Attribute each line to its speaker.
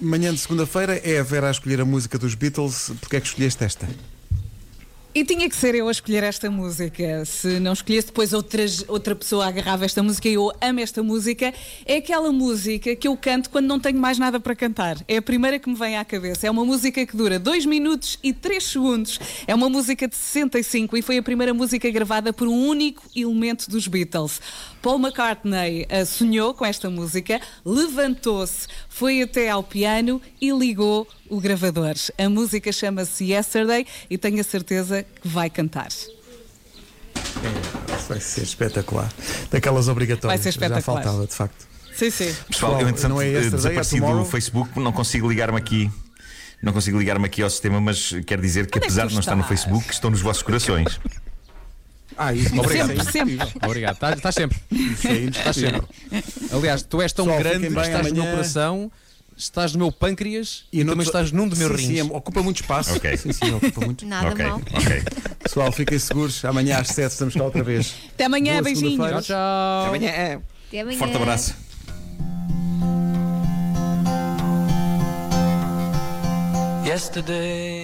Speaker 1: Manhã de segunda-feira é a Vera a escolher a música dos Beatles. Porquê é que escolheste esta?
Speaker 2: E tinha que ser eu a escolher esta música. Se não escolhesse, depois outras, outra pessoa agarrava esta música e eu amo esta música. É aquela música que eu canto quando não tenho mais nada para cantar. É a primeira que me vem à cabeça. É uma música que dura 2 minutos e 3 segundos. É uma música de 65 e foi a primeira música gravada por um único elemento dos Beatles. Paul McCartney ah, sonhou com esta música, levantou-se, foi até ao piano e ligou o gravador. A música chama-se Yesterday e tenho a certeza que vai cantar.
Speaker 1: Vai ser espetacular. Daquelas obrigatórias.
Speaker 2: Vai ser
Speaker 1: Já
Speaker 2: espetacular.
Speaker 1: faltava, de facto.
Speaker 2: Sim, sim.
Speaker 1: Qual?
Speaker 3: Pessoal, eu entretanto
Speaker 1: Não é
Speaker 3: eh,
Speaker 1: yesterday, é
Speaker 3: desapareci do
Speaker 1: tomorrow?
Speaker 3: Facebook, não consigo ligar-me aqui. Não consigo ligar-me aqui ao sistema, mas quero dizer que
Speaker 2: Onde é que
Speaker 3: apesar
Speaker 2: tu
Speaker 3: de não estar no
Speaker 2: estás?
Speaker 3: Facebook, estão nos vossos corações.
Speaker 1: Ah, isso
Speaker 4: Obrigado.
Speaker 2: Sempre, sempre.
Speaker 4: Obrigado, estás, estás sempre.
Speaker 1: Isso é
Speaker 4: Estás sempre. Aliás, tu és tão
Speaker 1: Pessoal,
Speaker 4: grande
Speaker 1: fiquem
Speaker 4: que
Speaker 1: bem
Speaker 4: estás no
Speaker 1: amanhã.
Speaker 4: meu coração, estás no meu pâncreas e,
Speaker 1: não
Speaker 4: também
Speaker 1: te-
Speaker 4: estás num do meu
Speaker 1: sim,
Speaker 4: rins.
Speaker 1: sim, é- ocupa muito espaço.
Speaker 3: Ok.
Speaker 1: Sim, sim, ocupa muito.
Speaker 5: Nada
Speaker 3: ok,
Speaker 5: mal.
Speaker 3: ok.
Speaker 1: Pessoal, fiquem seguros. Amanhã às 7 estamos cá outra vez.
Speaker 2: Até amanhã,
Speaker 1: Boa
Speaker 2: beijinhos.
Speaker 1: segunda-feira.
Speaker 4: Tchau, tchau.
Speaker 5: Até amanhã.
Speaker 2: É.
Speaker 3: Forte abraço.
Speaker 6: Yesterday